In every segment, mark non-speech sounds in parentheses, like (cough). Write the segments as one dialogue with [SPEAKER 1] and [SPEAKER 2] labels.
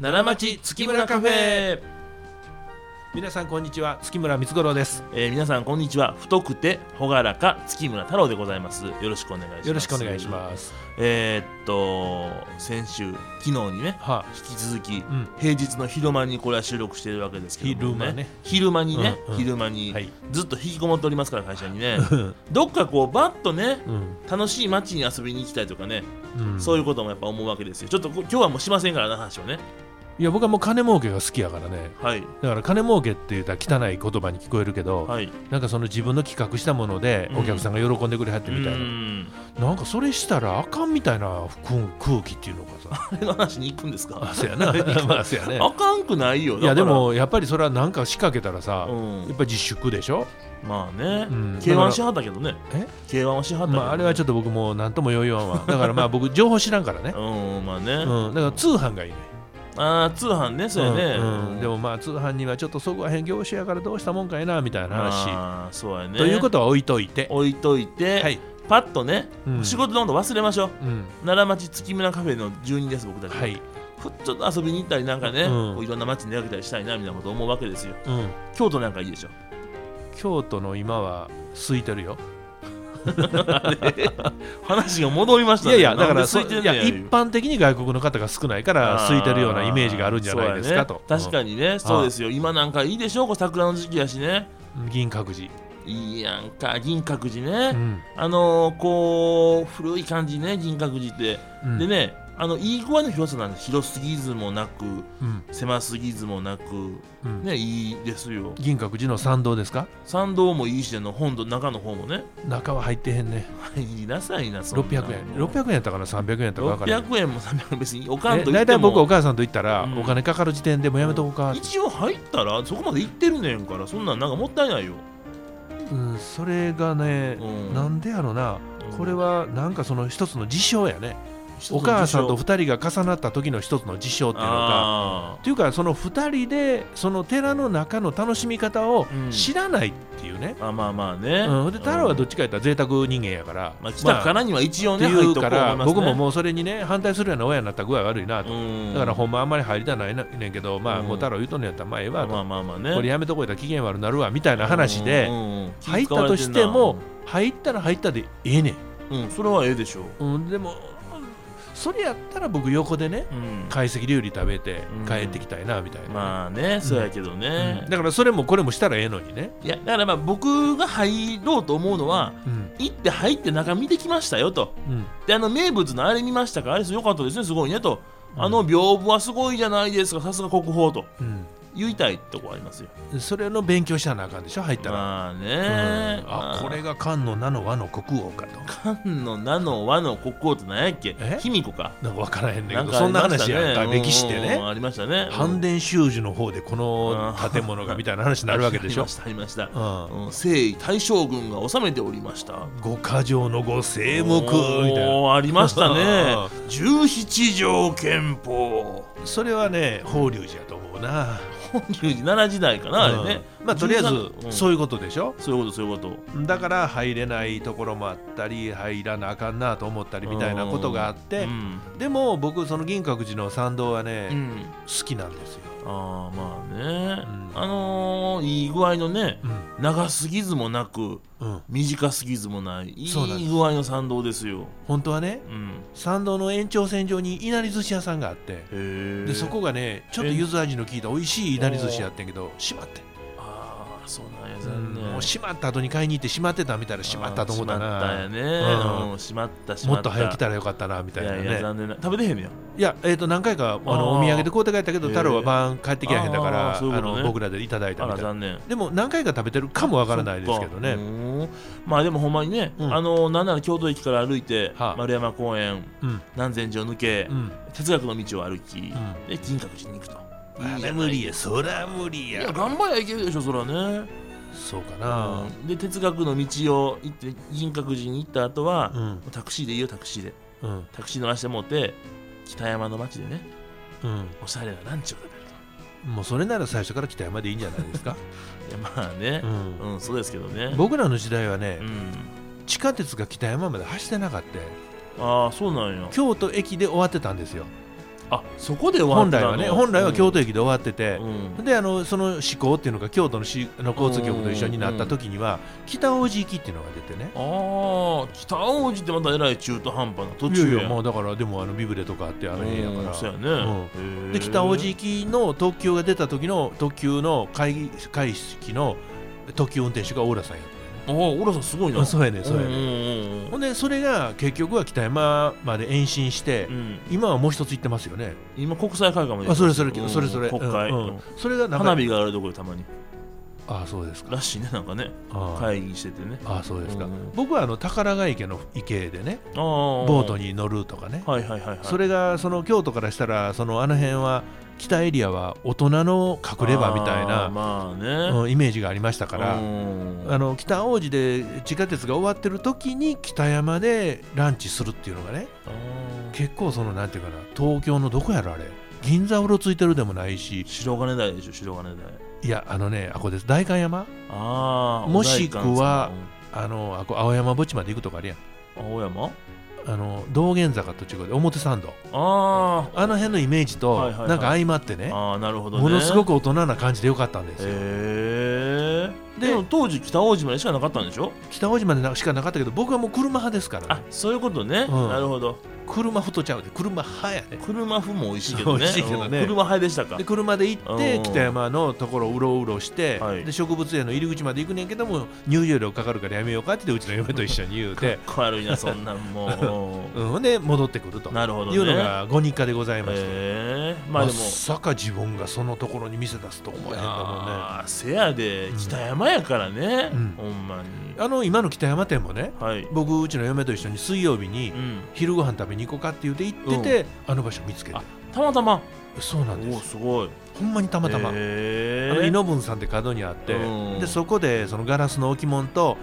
[SPEAKER 1] 奈良町月村カフェ皆さんこんにちは月村光五郎です
[SPEAKER 2] えー、皆さんこんにちは太くて朗らか月村太郎でございますよろしくお願いします
[SPEAKER 1] よろしくお願いします
[SPEAKER 2] えー、っと先週昨日にね
[SPEAKER 1] は
[SPEAKER 2] 引き続き、
[SPEAKER 1] ん
[SPEAKER 2] 平日の昼間にこれは収録しているわけですけども、
[SPEAKER 1] 昼間ね
[SPEAKER 2] 昼間にね、
[SPEAKER 1] うんうん
[SPEAKER 2] 昼間に、
[SPEAKER 1] はい
[SPEAKER 2] ずっと引きこもっておりますから会社にね
[SPEAKER 1] うん
[SPEAKER 2] どっかこうバッとね
[SPEAKER 1] うん
[SPEAKER 2] 楽しい街に遊びに行きたいとかね、
[SPEAKER 1] うん
[SPEAKER 2] そういうこともやっぱ思うわけですよちょっとこ今日はもうしませんからな話をね
[SPEAKER 1] いや僕はもう金儲けが好きやからね
[SPEAKER 2] はい
[SPEAKER 1] だから金儲けって言ったら汚い言葉に聞こえるけど、
[SPEAKER 2] はい
[SPEAKER 1] なんかその自分の企画したもので
[SPEAKER 2] うん
[SPEAKER 1] お客さんが喜んでくれはってみたいな、
[SPEAKER 2] うん (laughs)
[SPEAKER 1] なんかそれしたらあかんみたいな空空気っていう
[SPEAKER 2] (laughs)
[SPEAKER 1] のかさ
[SPEAKER 2] あれの話に行くんです
[SPEAKER 1] あ (laughs)
[SPEAKER 2] か
[SPEAKER 1] そう
[SPEAKER 2] (laughs)
[SPEAKER 1] やなまあそうやね
[SPEAKER 2] あかんくないよ
[SPEAKER 1] い
[SPEAKER 2] だ
[SPEAKER 1] やで
[SPEAKER 2] から
[SPEAKER 1] もやっぱりそれはなんか仕掛けたらさ、
[SPEAKER 2] うん
[SPEAKER 1] やっぱり自粛でしょ、
[SPEAKER 2] まあね、
[SPEAKER 1] うん
[SPEAKER 2] K1 しはったけどね
[SPEAKER 1] え
[SPEAKER 2] K1 はしはったけど、、
[SPEAKER 1] まあ、あれはちょっと僕もう何とも余裕はんわだからまあ僕情報知らんからね
[SPEAKER 2] うんまあね、
[SPEAKER 1] うん、だから通販がいいね
[SPEAKER 2] ああ通販ねそうやね、
[SPEAKER 1] んうんでもまあ通販にはちょっとそこは変業種やからどうしたもんかいなみたいな話、
[SPEAKER 2] あーそうやね
[SPEAKER 1] ということは置いといて、
[SPEAKER 2] 置いといて、
[SPEAKER 1] はい
[SPEAKER 2] パッとね、
[SPEAKER 1] うん
[SPEAKER 2] 仕事のこと忘れましょう
[SPEAKER 1] うん
[SPEAKER 2] 奈良町月村カフェの住人です僕たち、
[SPEAKER 1] はい
[SPEAKER 2] ふっちょっと遊びに行ったりなんかね、
[SPEAKER 1] うん
[SPEAKER 2] こういろんな町に出かけたりしたいなみたいなこと思うわけですよ
[SPEAKER 1] うん、
[SPEAKER 2] 京都なんかいいでしょ
[SPEAKER 1] 京都の今は空いてるよ
[SPEAKER 2] 話が戻りまし
[SPEAKER 1] い
[SPEAKER 2] たね
[SPEAKER 1] やいやだか
[SPEAKER 2] なん
[SPEAKER 1] ら
[SPEAKER 2] で空いてんね
[SPEAKER 1] いや
[SPEAKER 2] や
[SPEAKER 1] 一般的に外国の方が少ないから空いてるようなイメージがあるんじゃないですかと、
[SPEAKER 2] あーそうやね確かにね、そうですよ今なんかいいでしょこう桜の時期やしね
[SPEAKER 1] うん銀閣寺、
[SPEAKER 2] いいやんか銀閣寺ね、
[SPEAKER 1] うん
[SPEAKER 2] あのー、こう古い感じね銀閣寺って、
[SPEAKER 1] うん
[SPEAKER 2] でねあのいい具合の広さなんです広すぎずもなく
[SPEAKER 1] うん
[SPEAKER 2] 狭すぎずもなく
[SPEAKER 1] うん
[SPEAKER 2] ねいいですよ
[SPEAKER 1] 銀閣寺の参道ですか
[SPEAKER 2] 参道もいいしあの本土中の方もね (laughs)
[SPEAKER 1] 中は入ってへんね
[SPEAKER 2] 入りなさいなそんな
[SPEAKER 1] 600円
[SPEAKER 2] もう
[SPEAKER 1] 600円やったかな300円やったか分からん
[SPEAKER 2] 600円も300円別におかん
[SPEAKER 1] ね
[SPEAKER 2] と言っ
[SPEAKER 1] 大
[SPEAKER 2] て
[SPEAKER 1] 体
[SPEAKER 2] も
[SPEAKER 1] 僕お母さんと行ったら
[SPEAKER 2] うん
[SPEAKER 1] お金かかる時点でもうやめとこうか
[SPEAKER 2] 一応入ったらそこまで行ってるねんからそんなんなんかもったいないよ、
[SPEAKER 1] うんそれがね
[SPEAKER 2] うん
[SPEAKER 1] なんでやろなこれはなんかその一つの事象やね
[SPEAKER 2] 一つの
[SPEAKER 1] お母さんと
[SPEAKER 2] 事
[SPEAKER 1] 二人が重なった時の一つの事象って
[SPEAKER 2] 情
[SPEAKER 1] いうのか
[SPEAKER 2] あ
[SPEAKER 1] っていうかその2人でその寺の中の楽しみ方を
[SPEAKER 2] うん
[SPEAKER 1] 知らないっていうね、
[SPEAKER 2] ーあまあまあね、
[SPEAKER 1] うんで太郎はどっちか言ったら贅沢人間やから、
[SPEAKER 2] まあ、来たか
[SPEAKER 1] まあ
[SPEAKER 2] らには一応
[SPEAKER 1] っ
[SPEAKER 2] ね、
[SPEAKER 1] て
[SPEAKER 2] 入
[SPEAKER 1] い
[SPEAKER 2] っ
[SPEAKER 1] う
[SPEAKER 2] とこ
[SPEAKER 1] か
[SPEAKER 2] うと思
[SPEAKER 1] ら、
[SPEAKER 2] いますね
[SPEAKER 1] 僕ももうそれにね反対するような親になったら具合悪いなと、
[SPEAKER 2] うん
[SPEAKER 1] だからほんまあんまり入りたないなねんけど、まあ、
[SPEAKER 2] うん
[SPEAKER 1] もう太郎言うとんのやったらまあええわと、
[SPEAKER 2] まあまあまあね
[SPEAKER 1] これやめとこうやったら機嫌悪なるわみたいな話で、
[SPEAKER 2] うんうんうん
[SPEAKER 1] 入ったとしても入ったら入ったでええねん、
[SPEAKER 2] うん、それはええでしょう、
[SPEAKER 1] うん、でもそれやったら僕横でね
[SPEAKER 2] うん、
[SPEAKER 1] 懐石料理食べて
[SPEAKER 2] うん
[SPEAKER 1] 帰ってきたいなみたいな、
[SPEAKER 2] まあねそうやけどね
[SPEAKER 1] うん、だからそれもこれもしたらええのにね、
[SPEAKER 2] いやだからまあ僕が入ろうと思うのは
[SPEAKER 1] うん
[SPEAKER 2] 行って入って中見てきましたよと
[SPEAKER 1] うん
[SPEAKER 2] であの名物のあれ見ましたかあれ良かったですねすごいねと
[SPEAKER 1] うん
[SPEAKER 2] あの屏風はすごいじゃないですかさすが国宝と
[SPEAKER 1] う
[SPEAKER 2] 言いたいとこありますよ
[SPEAKER 1] ん、それの勉強しなあかんでしょ入ったら、
[SPEAKER 2] まあね、
[SPEAKER 1] うん
[SPEAKER 2] ま
[SPEAKER 1] あこれが漢の名の和の国王かと
[SPEAKER 2] 漢の名の和の国王って何やっけ
[SPEAKER 1] え
[SPEAKER 2] 卑弥呼か
[SPEAKER 1] なんか分からへんねん
[SPEAKER 2] な
[SPEAKER 1] け
[SPEAKER 2] ん
[SPEAKER 1] ど
[SPEAKER 2] か
[SPEAKER 1] そんな
[SPEAKER 2] ありまし
[SPEAKER 1] 話
[SPEAKER 2] た
[SPEAKER 1] やんか
[SPEAKER 2] ね
[SPEAKER 1] 歴史って
[SPEAKER 2] うんうんうん
[SPEAKER 1] ね
[SPEAKER 2] ありましたね
[SPEAKER 1] 反田修寺の方でこの
[SPEAKER 2] うん
[SPEAKER 1] 建物がみたいな話になるわけでしょ、
[SPEAKER 2] (laughs) ありましたありました
[SPEAKER 1] うん、
[SPEAKER 2] うん征夷大将軍が治めておりました
[SPEAKER 1] 五箇条の五聖目みたいな
[SPEAKER 2] おーありました
[SPEAKER 1] (laughs)
[SPEAKER 2] ね十七条憲法
[SPEAKER 1] それはね法隆寺やと思うな
[SPEAKER 2] 本龍寺奈良時代かなあれね、
[SPEAKER 1] うんまあとりあえず
[SPEAKER 2] 13うん
[SPEAKER 1] そういうことでしょ
[SPEAKER 2] そういうことそういうこと
[SPEAKER 1] だから入れないところもあったり入らなあかんなと思ったりみたいなことがあって
[SPEAKER 2] うん
[SPEAKER 1] でも僕その銀閣寺の参道はね、
[SPEAKER 2] うん
[SPEAKER 1] 好きなんですよ、
[SPEAKER 2] ああまあね、
[SPEAKER 1] うん
[SPEAKER 2] あのーいい具合のね
[SPEAKER 1] うん
[SPEAKER 2] 長すぎずもなく
[SPEAKER 1] うん、
[SPEAKER 2] 短すぎずもないい
[SPEAKER 1] そうなんで
[SPEAKER 2] い
[SPEAKER 1] す
[SPEAKER 2] 具合の参道ですよ、
[SPEAKER 1] 本当はね
[SPEAKER 2] うん、
[SPEAKER 1] 参道の延長線上にいなり寿司屋さんがあって
[SPEAKER 2] へえ
[SPEAKER 1] でそこがねちょっと柚子味の効いた美味しいいなり寿司やってんけど閉まってん、
[SPEAKER 2] ああそうなんや
[SPEAKER 1] うん
[SPEAKER 2] 残念
[SPEAKER 1] もう閉まった後に買いに行って閉まってたみたいな閉まったと思った
[SPEAKER 2] あー閉まったん
[SPEAKER 1] な
[SPEAKER 2] やね、
[SPEAKER 1] うん
[SPEAKER 2] うん、閉まった閉
[SPEAKER 1] も
[SPEAKER 2] ま
[SPEAKER 1] っ
[SPEAKER 2] った
[SPEAKER 1] と早く来たらよかったなみたい
[SPEAKER 2] い
[SPEAKER 1] な
[SPEAKER 2] や
[SPEAKER 1] ね
[SPEAKER 2] いや残念な食べてへんねや
[SPEAKER 1] いや、えー、と何回かあの
[SPEAKER 2] あー
[SPEAKER 1] お土産で買うて帰ったけど
[SPEAKER 2] へー
[SPEAKER 1] 太郎は晩帰ってきやへんだから
[SPEAKER 2] あ
[SPEAKER 1] あ
[SPEAKER 2] ーそういうことね
[SPEAKER 1] の僕らでいただいた
[SPEAKER 2] あ
[SPEAKER 1] み
[SPEAKER 2] ら
[SPEAKER 1] たいな
[SPEAKER 2] 残念
[SPEAKER 1] でも何回か食べてるかもわからないですけど
[SPEAKER 2] そっか
[SPEAKER 1] ね
[SPEAKER 2] うーんまあでもほんまにね、
[SPEAKER 1] うん
[SPEAKER 2] あのなんなら京都駅から歩いて、
[SPEAKER 1] はあ
[SPEAKER 2] 丸山公園
[SPEAKER 1] うん
[SPEAKER 2] 南禅寺を抜け、
[SPEAKER 1] うん
[SPEAKER 2] 哲学の道を歩き、
[SPEAKER 1] ん
[SPEAKER 2] で金閣寺に行くと
[SPEAKER 1] あ
[SPEAKER 2] じゃ
[SPEAKER 1] れ
[SPEAKER 2] ない
[SPEAKER 1] 無理やそら無理
[SPEAKER 2] い
[SPEAKER 1] や
[SPEAKER 2] や頑張りゃいけるでしょそらね、
[SPEAKER 1] そうか
[SPEAKER 2] う
[SPEAKER 1] な
[SPEAKER 2] んで哲学の道を行って銀閣寺に行った後は、
[SPEAKER 1] うん
[SPEAKER 2] タクシーでいいよタクシーで
[SPEAKER 1] うん
[SPEAKER 2] タクシー乗らしてもうて北山の町でね
[SPEAKER 1] うん
[SPEAKER 2] おしゃれなランチを食べる
[SPEAKER 1] もうそれなら最初から北山でいいんじゃないで
[SPEAKER 2] (laughs)
[SPEAKER 1] すか、
[SPEAKER 2] といやまあね
[SPEAKER 1] う、ん
[SPEAKER 2] うんそうですけどね
[SPEAKER 1] 僕らの時代はね
[SPEAKER 2] う、ん
[SPEAKER 1] 地下鉄が北山まで走ってなかった
[SPEAKER 2] ああそうなんや
[SPEAKER 1] 京都駅で終わってたんですよ
[SPEAKER 2] あそこで終わっ
[SPEAKER 1] 本
[SPEAKER 2] て
[SPEAKER 1] 来
[SPEAKER 2] たの
[SPEAKER 1] はね本来は京
[SPEAKER 2] 都
[SPEAKER 1] 都駅で終わってて、
[SPEAKER 2] うん
[SPEAKER 1] であのその施行っていうのが京都の市あの交通局と一緒になった時には、北大路行きっていうのが出てね
[SPEAKER 2] ああ北王子ってまたえらい中途半端な途
[SPEAKER 1] いや
[SPEAKER 2] 中や
[SPEAKER 1] いやまあだからでもあのビブレとかあってあの辺やから、
[SPEAKER 2] うんそうやね、
[SPEAKER 1] で北大
[SPEAKER 2] 王
[SPEAKER 1] 路
[SPEAKER 2] 子
[SPEAKER 1] 行きの特急が出た時の特急の会議会式の特急運転手がオーラさんやった
[SPEAKER 2] ああオラさんすごい
[SPEAKER 1] よね
[SPEAKER 2] な
[SPEAKER 1] あそうやねそうやね、
[SPEAKER 2] ね
[SPEAKER 1] ほんでそれが結局は北山まで延伸して、
[SPEAKER 2] うん、
[SPEAKER 1] 今はもう一つ行ってますよね
[SPEAKER 2] 今国際会館まで
[SPEAKER 1] あそれそれ
[SPEAKER 2] うん
[SPEAKER 1] それそれ
[SPEAKER 2] 国会、
[SPEAKER 1] うんうんそれがなんか
[SPEAKER 2] 花火があるところたまに
[SPEAKER 1] あそうですから
[SPEAKER 2] しいねなんかね
[SPEAKER 1] あー
[SPEAKER 2] 会議しててね
[SPEAKER 1] あーそうですか、
[SPEAKER 2] うん
[SPEAKER 1] 僕はあの宝ヶ池の池でね
[SPEAKER 2] あー
[SPEAKER 1] ボートに乗るとかね
[SPEAKER 2] はいはいはいはい
[SPEAKER 1] それがその京都からしたらそのあの辺は北エリアは大人の隠れ場みたい
[SPEAKER 2] あー
[SPEAKER 1] な、
[SPEAKER 2] まあね、
[SPEAKER 1] うんイメージがありましたから、
[SPEAKER 2] うん
[SPEAKER 1] あの北王子で地下鉄が終わってる時に北山でランチするっていうのがね
[SPEAKER 2] あー
[SPEAKER 1] 結構そのなんていうかな東京のどこやろあれ銀座うろついてるでもないし
[SPEAKER 2] 白金台でしょ白金台
[SPEAKER 1] いやあのねあこです代官山
[SPEAKER 2] ああ
[SPEAKER 1] もしくはあのあこ青山墓地まで行くとかあるやん
[SPEAKER 2] 青山
[SPEAKER 1] あの道玄坂と違うで表参道
[SPEAKER 2] あ
[SPEAKER 1] あの辺のイメージ
[SPEAKER 2] は
[SPEAKER 1] と
[SPEAKER 2] いはいはい
[SPEAKER 1] なんか相まってね、
[SPEAKER 2] ーあーなるほどね
[SPEAKER 1] ものすご
[SPEAKER 2] く
[SPEAKER 1] く大人な感じでよかったんですよ、
[SPEAKER 2] へえ
[SPEAKER 1] で
[SPEAKER 2] でも当時北大島でしかなかったんでしょ
[SPEAKER 1] 北大路までしかなかったけど僕はもう車派ですから
[SPEAKER 2] あ
[SPEAKER 1] ね
[SPEAKER 2] そういうことね、
[SPEAKER 1] うん
[SPEAKER 2] なるほど
[SPEAKER 1] 車太ちゃうで車派やね
[SPEAKER 2] 車風も美味しいけどね
[SPEAKER 1] 美味しいけどね
[SPEAKER 2] うん車派でしたか
[SPEAKER 1] で車で行って
[SPEAKER 2] うん
[SPEAKER 1] 北山のところをうろうろして、
[SPEAKER 2] はい
[SPEAKER 1] で植物園の入り口まで行くねんけども入場料かかるからやめようかって言ってうちの嫁と一緒に言うて、
[SPEAKER 2] かっこ悪いなそんなんも
[SPEAKER 1] (laughs) うん、ほんで戻ってくると
[SPEAKER 2] うなるほどね
[SPEAKER 1] いうのがご日課でございました、
[SPEAKER 2] ええまあ
[SPEAKER 1] ま
[SPEAKER 2] でも
[SPEAKER 1] さか自分がそのところに店出すと思えへんだもんね
[SPEAKER 2] あーせやで
[SPEAKER 1] うん
[SPEAKER 2] 北山やからね、
[SPEAKER 1] うん
[SPEAKER 2] ほんまに
[SPEAKER 1] あの今の北山店もね
[SPEAKER 2] はいう
[SPEAKER 1] 僕うちの嫁と一緒に水曜日に
[SPEAKER 2] ん
[SPEAKER 1] 昼ご飯食べに行こうかって言って行ってて、あの場所見つけて
[SPEAKER 2] あたまたま
[SPEAKER 1] そうなんで
[SPEAKER 2] おお
[SPEAKER 1] す
[SPEAKER 2] すごい
[SPEAKER 1] ほんまにたまたま、
[SPEAKER 2] え
[SPEAKER 1] あのイノブンさんって角にあって、
[SPEAKER 2] うん
[SPEAKER 1] でそこでそのガラスの置物と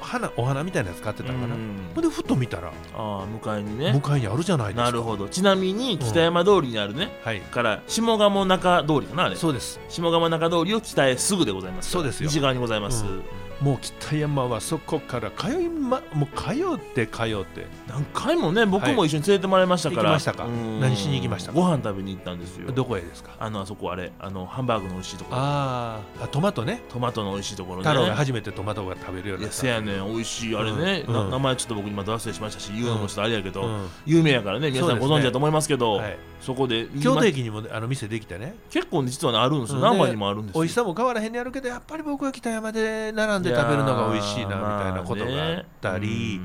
[SPEAKER 1] 花お花みたいなやつ買ってたのかな、
[SPEAKER 2] うん
[SPEAKER 1] ほんでふと見たら
[SPEAKER 2] ああ向かいにね
[SPEAKER 1] 向かいにあるじゃないですか
[SPEAKER 2] なるほどちなみに北山通りにあるね、
[SPEAKER 1] はい
[SPEAKER 2] から下鴨中通りかなあれ
[SPEAKER 1] そうです
[SPEAKER 2] 下鴨中通りを北へすぐでございますから
[SPEAKER 1] そうですよ
[SPEAKER 2] 西側にございます、
[SPEAKER 1] うんもう北山はそこから通いまもう通って通って
[SPEAKER 2] 何回もね僕も一緒に連れてもらいましたから、
[SPEAKER 1] 行きましたか
[SPEAKER 2] うん
[SPEAKER 1] 何しに行きましたか
[SPEAKER 2] ご飯食べに行ったんですよ
[SPEAKER 1] どこへですか
[SPEAKER 2] あのあそこあれあのハンバーグの美味しいところ
[SPEAKER 1] あーあトマトね
[SPEAKER 2] トマトの美味しいところね
[SPEAKER 1] 太郎が初めてトマトが食べるよう
[SPEAKER 2] い
[SPEAKER 1] にな
[SPEAKER 2] や
[SPEAKER 1] っ
[SPEAKER 2] せ
[SPEAKER 1] た
[SPEAKER 2] やねん美味しいあれね、
[SPEAKER 1] うん
[SPEAKER 2] な
[SPEAKER 1] うん
[SPEAKER 2] 名前ちょっと僕今忘れしましたし言うのもちょっとあれやけど、
[SPEAKER 1] うん
[SPEAKER 2] 有名やからね皆さん
[SPEAKER 1] そ
[SPEAKER 2] ご
[SPEAKER 1] うですね
[SPEAKER 2] 存知だと思いますけどそ,、
[SPEAKER 1] はい、
[SPEAKER 2] こで行きま
[SPEAKER 1] 京都駅にもあの店できてね
[SPEAKER 2] 結構ね実はねあるんですよ、
[SPEAKER 1] うん
[SPEAKER 2] 何番にもあるんですよ
[SPEAKER 1] 美味しさも変わらへんねやるけどやっぱり僕は北山で並んで食べるのが美味しいなみたいなことがあったり、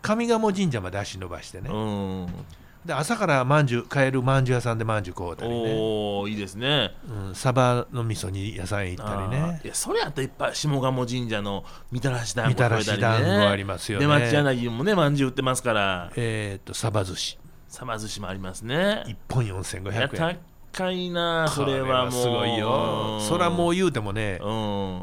[SPEAKER 1] 上賀茂神社まで足伸ばしてね、
[SPEAKER 2] やーまあね
[SPEAKER 1] で朝からまんじゅう買えるまんじゅう屋さんでまんじゅう買うた
[SPEAKER 2] うん
[SPEAKER 1] りね、
[SPEAKER 2] おおいいですね
[SPEAKER 1] うん、サバの味噌煮屋さん行ったりね
[SPEAKER 2] あーいやそれやったらいっぱい下鴨神社のみたらし団子
[SPEAKER 1] みたらし団子あり
[SPEAKER 2] ま
[SPEAKER 1] ますよ
[SPEAKER 2] 出町
[SPEAKER 1] ね
[SPEAKER 2] 柳もねまんじゅう売ってますから
[SPEAKER 1] えっ、とサバ寿司
[SPEAKER 2] さま寿司もありますね
[SPEAKER 1] 1本
[SPEAKER 2] いや
[SPEAKER 1] 4500円
[SPEAKER 2] 高いなそれ
[SPEAKER 1] こ
[SPEAKER 2] はもう
[SPEAKER 1] すごいよそらもう言うてもね
[SPEAKER 2] う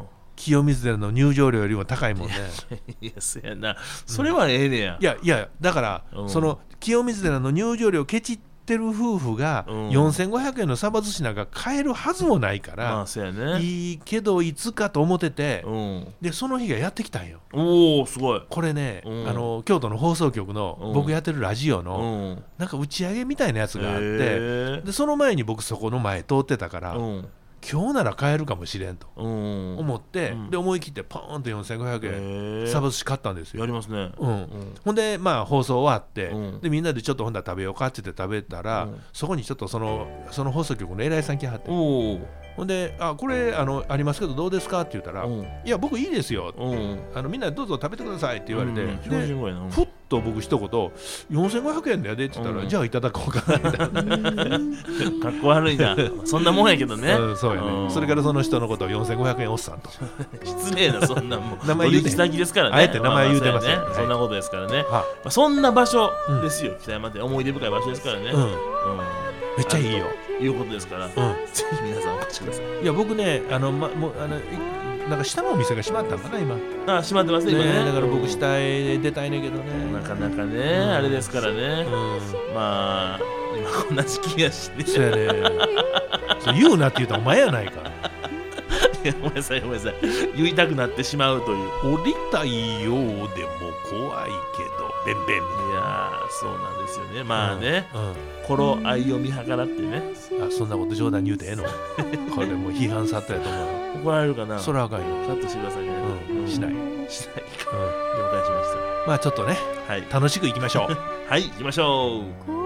[SPEAKER 2] ん
[SPEAKER 1] 清水寺の入場料よりも高いもんね
[SPEAKER 2] (laughs) いやせやなそれはええねや、
[SPEAKER 1] いやいやだから、
[SPEAKER 2] うん
[SPEAKER 1] その清水寺の入場料をケチってる夫婦が、
[SPEAKER 2] うん
[SPEAKER 1] 4500円のサバ寿司なんか買えるはずもないか
[SPEAKER 2] まあ
[SPEAKER 1] ら、
[SPEAKER 2] せやね
[SPEAKER 1] いいけどいつかと思ってて、
[SPEAKER 2] うん
[SPEAKER 1] でその日がやってきたんよ
[SPEAKER 2] おおすごい
[SPEAKER 1] これね、
[SPEAKER 2] うん
[SPEAKER 1] あの京都の放送局の、
[SPEAKER 2] うん
[SPEAKER 1] 僕やってるラジオ
[SPEAKER 2] う
[SPEAKER 1] の、
[SPEAKER 2] ん
[SPEAKER 1] なんか打ち上げみたいなやつがあって、
[SPEAKER 2] へー
[SPEAKER 1] でその前に僕そこの前通ってたから、
[SPEAKER 2] うん
[SPEAKER 1] 今日なら買えるかもしれんと
[SPEAKER 2] うん
[SPEAKER 1] 思って、
[SPEAKER 2] うん
[SPEAKER 1] で思い切ってポーンと4500円、
[SPEAKER 2] へー
[SPEAKER 1] サバ寿司買ったんですよ
[SPEAKER 2] やりますね
[SPEAKER 1] うん
[SPEAKER 2] うん
[SPEAKER 1] ほんでまあ放送終わって、
[SPEAKER 2] うん
[SPEAKER 1] でみんなでちょっとほんだら食べようかって言って食べたら、
[SPEAKER 2] うん
[SPEAKER 1] そこにちょっとそのその放送局の偉いさん来はって、
[SPEAKER 2] おー
[SPEAKER 1] ほんで「あこれあのありますけどどうですか?」って言ったら「
[SPEAKER 2] う
[SPEAKER 1] い
[SPEAKER 2] ん
[SPEAKER 1] や僕いいですよ」
[SPEAKER 2] うん
[SPEAKER 1] あのみんなどうぞ食べてください」って言われて、
[SPEAKER 2] うん
[SPEAKER 1] で
[SPEAKER 2] 標準語やなうん
[SPEAKER 1] ふっと僕一言「4500円だよで」って言ったら、
[SPEAKER 2] うん
[SPEAKER 1] じゃあいただこうか」み (laughs) たいな、
[SPEAKER 2] かっこ悪いなそんなもんやけどね
[SPEAKER 1] うんそうやねそれからその人のことを4500円おっさんと
[SPEAKER 2] 失礼なそんなんもう
[SPEAKER 1] 名前言うて
[SPEAKER 2] 取引先ですからね
[SPEAKER 1] あえて名前言うてません
[SPEAKER 2] ああそうやね
[SPEAKER 1] はい
[SPEAKER 2] そんなことですからね、ま
[SPEAKER 1] は、
[SPEAKER 2] あ、そんな場所
[SPEAKER 1] うん
[SPEAKER 2] ですよ、北山って思い出深い場所ですからね、
[SPEAKER 1] うん
[SPEAKER 2] うん、
[SPEAKER 1] めっちゃいいよ、
[SPEAKER 2] いうことですから、
[SPEAKER 1] う
[SPEAKER 2] ぜひ皆さんお越しください
[SPEAKER 1] ん、いや僕ねあの、ま、もうあのいなんか下のお店が閉まったんかな今
[SPEAKER 2] あ閉まってますね
[SPEAKER 1] ね
[SPEAKER 2] 今ね
[SPEAKER 1] だから僕下へ出たいねんけどね
[SPEAKER 2] なかなかね、
[SPEAKER 1] ん
[SPEAKER 2] あれですからね、
[SPEAKER 1] う
[SPEAKER 2] まあ今こんな時期やしね
[SPEAKER 1] ん、そうやね (laughs) そう言うなって言うたらお前やないか
[SPEAKER 2] いや (laughs) ごめんなさいごめんなさい言いたくなってしまうという
[SPEAKER 1] 降りたいようでも怖いけどべんべんみ
[SPEAKER 2] いやーそうなんですよねまあね、
[SPEAKER 1] たいな、うん
[SPEAKER 2] 頃合いを見計らってね
[SPEAKER 1] あそんなこと冗談言うてええの (laughs) これもう批判さったやと思うよ
[SPEAKER 2] 怒られるかな
[SPEAKER 1] そ
[SPEAKER 2] カ
[SPEAKER 1] れはあかんよ、
[SPEAKER 2] ットしてくださいね、
[SPEAKER 1] うん、しない、う
[SPEAKER 2] し
[SPEAKER 1] ん、
[SPEAKER 2] ない了解しまし
[SPEAKER 1] まあちょっとね
[SPEAKER 2] たはい
[SPEAKER 1] 楽しくいきましょう
[SPEAKER 2] はい行きましょう
[SPEAKER 3] こ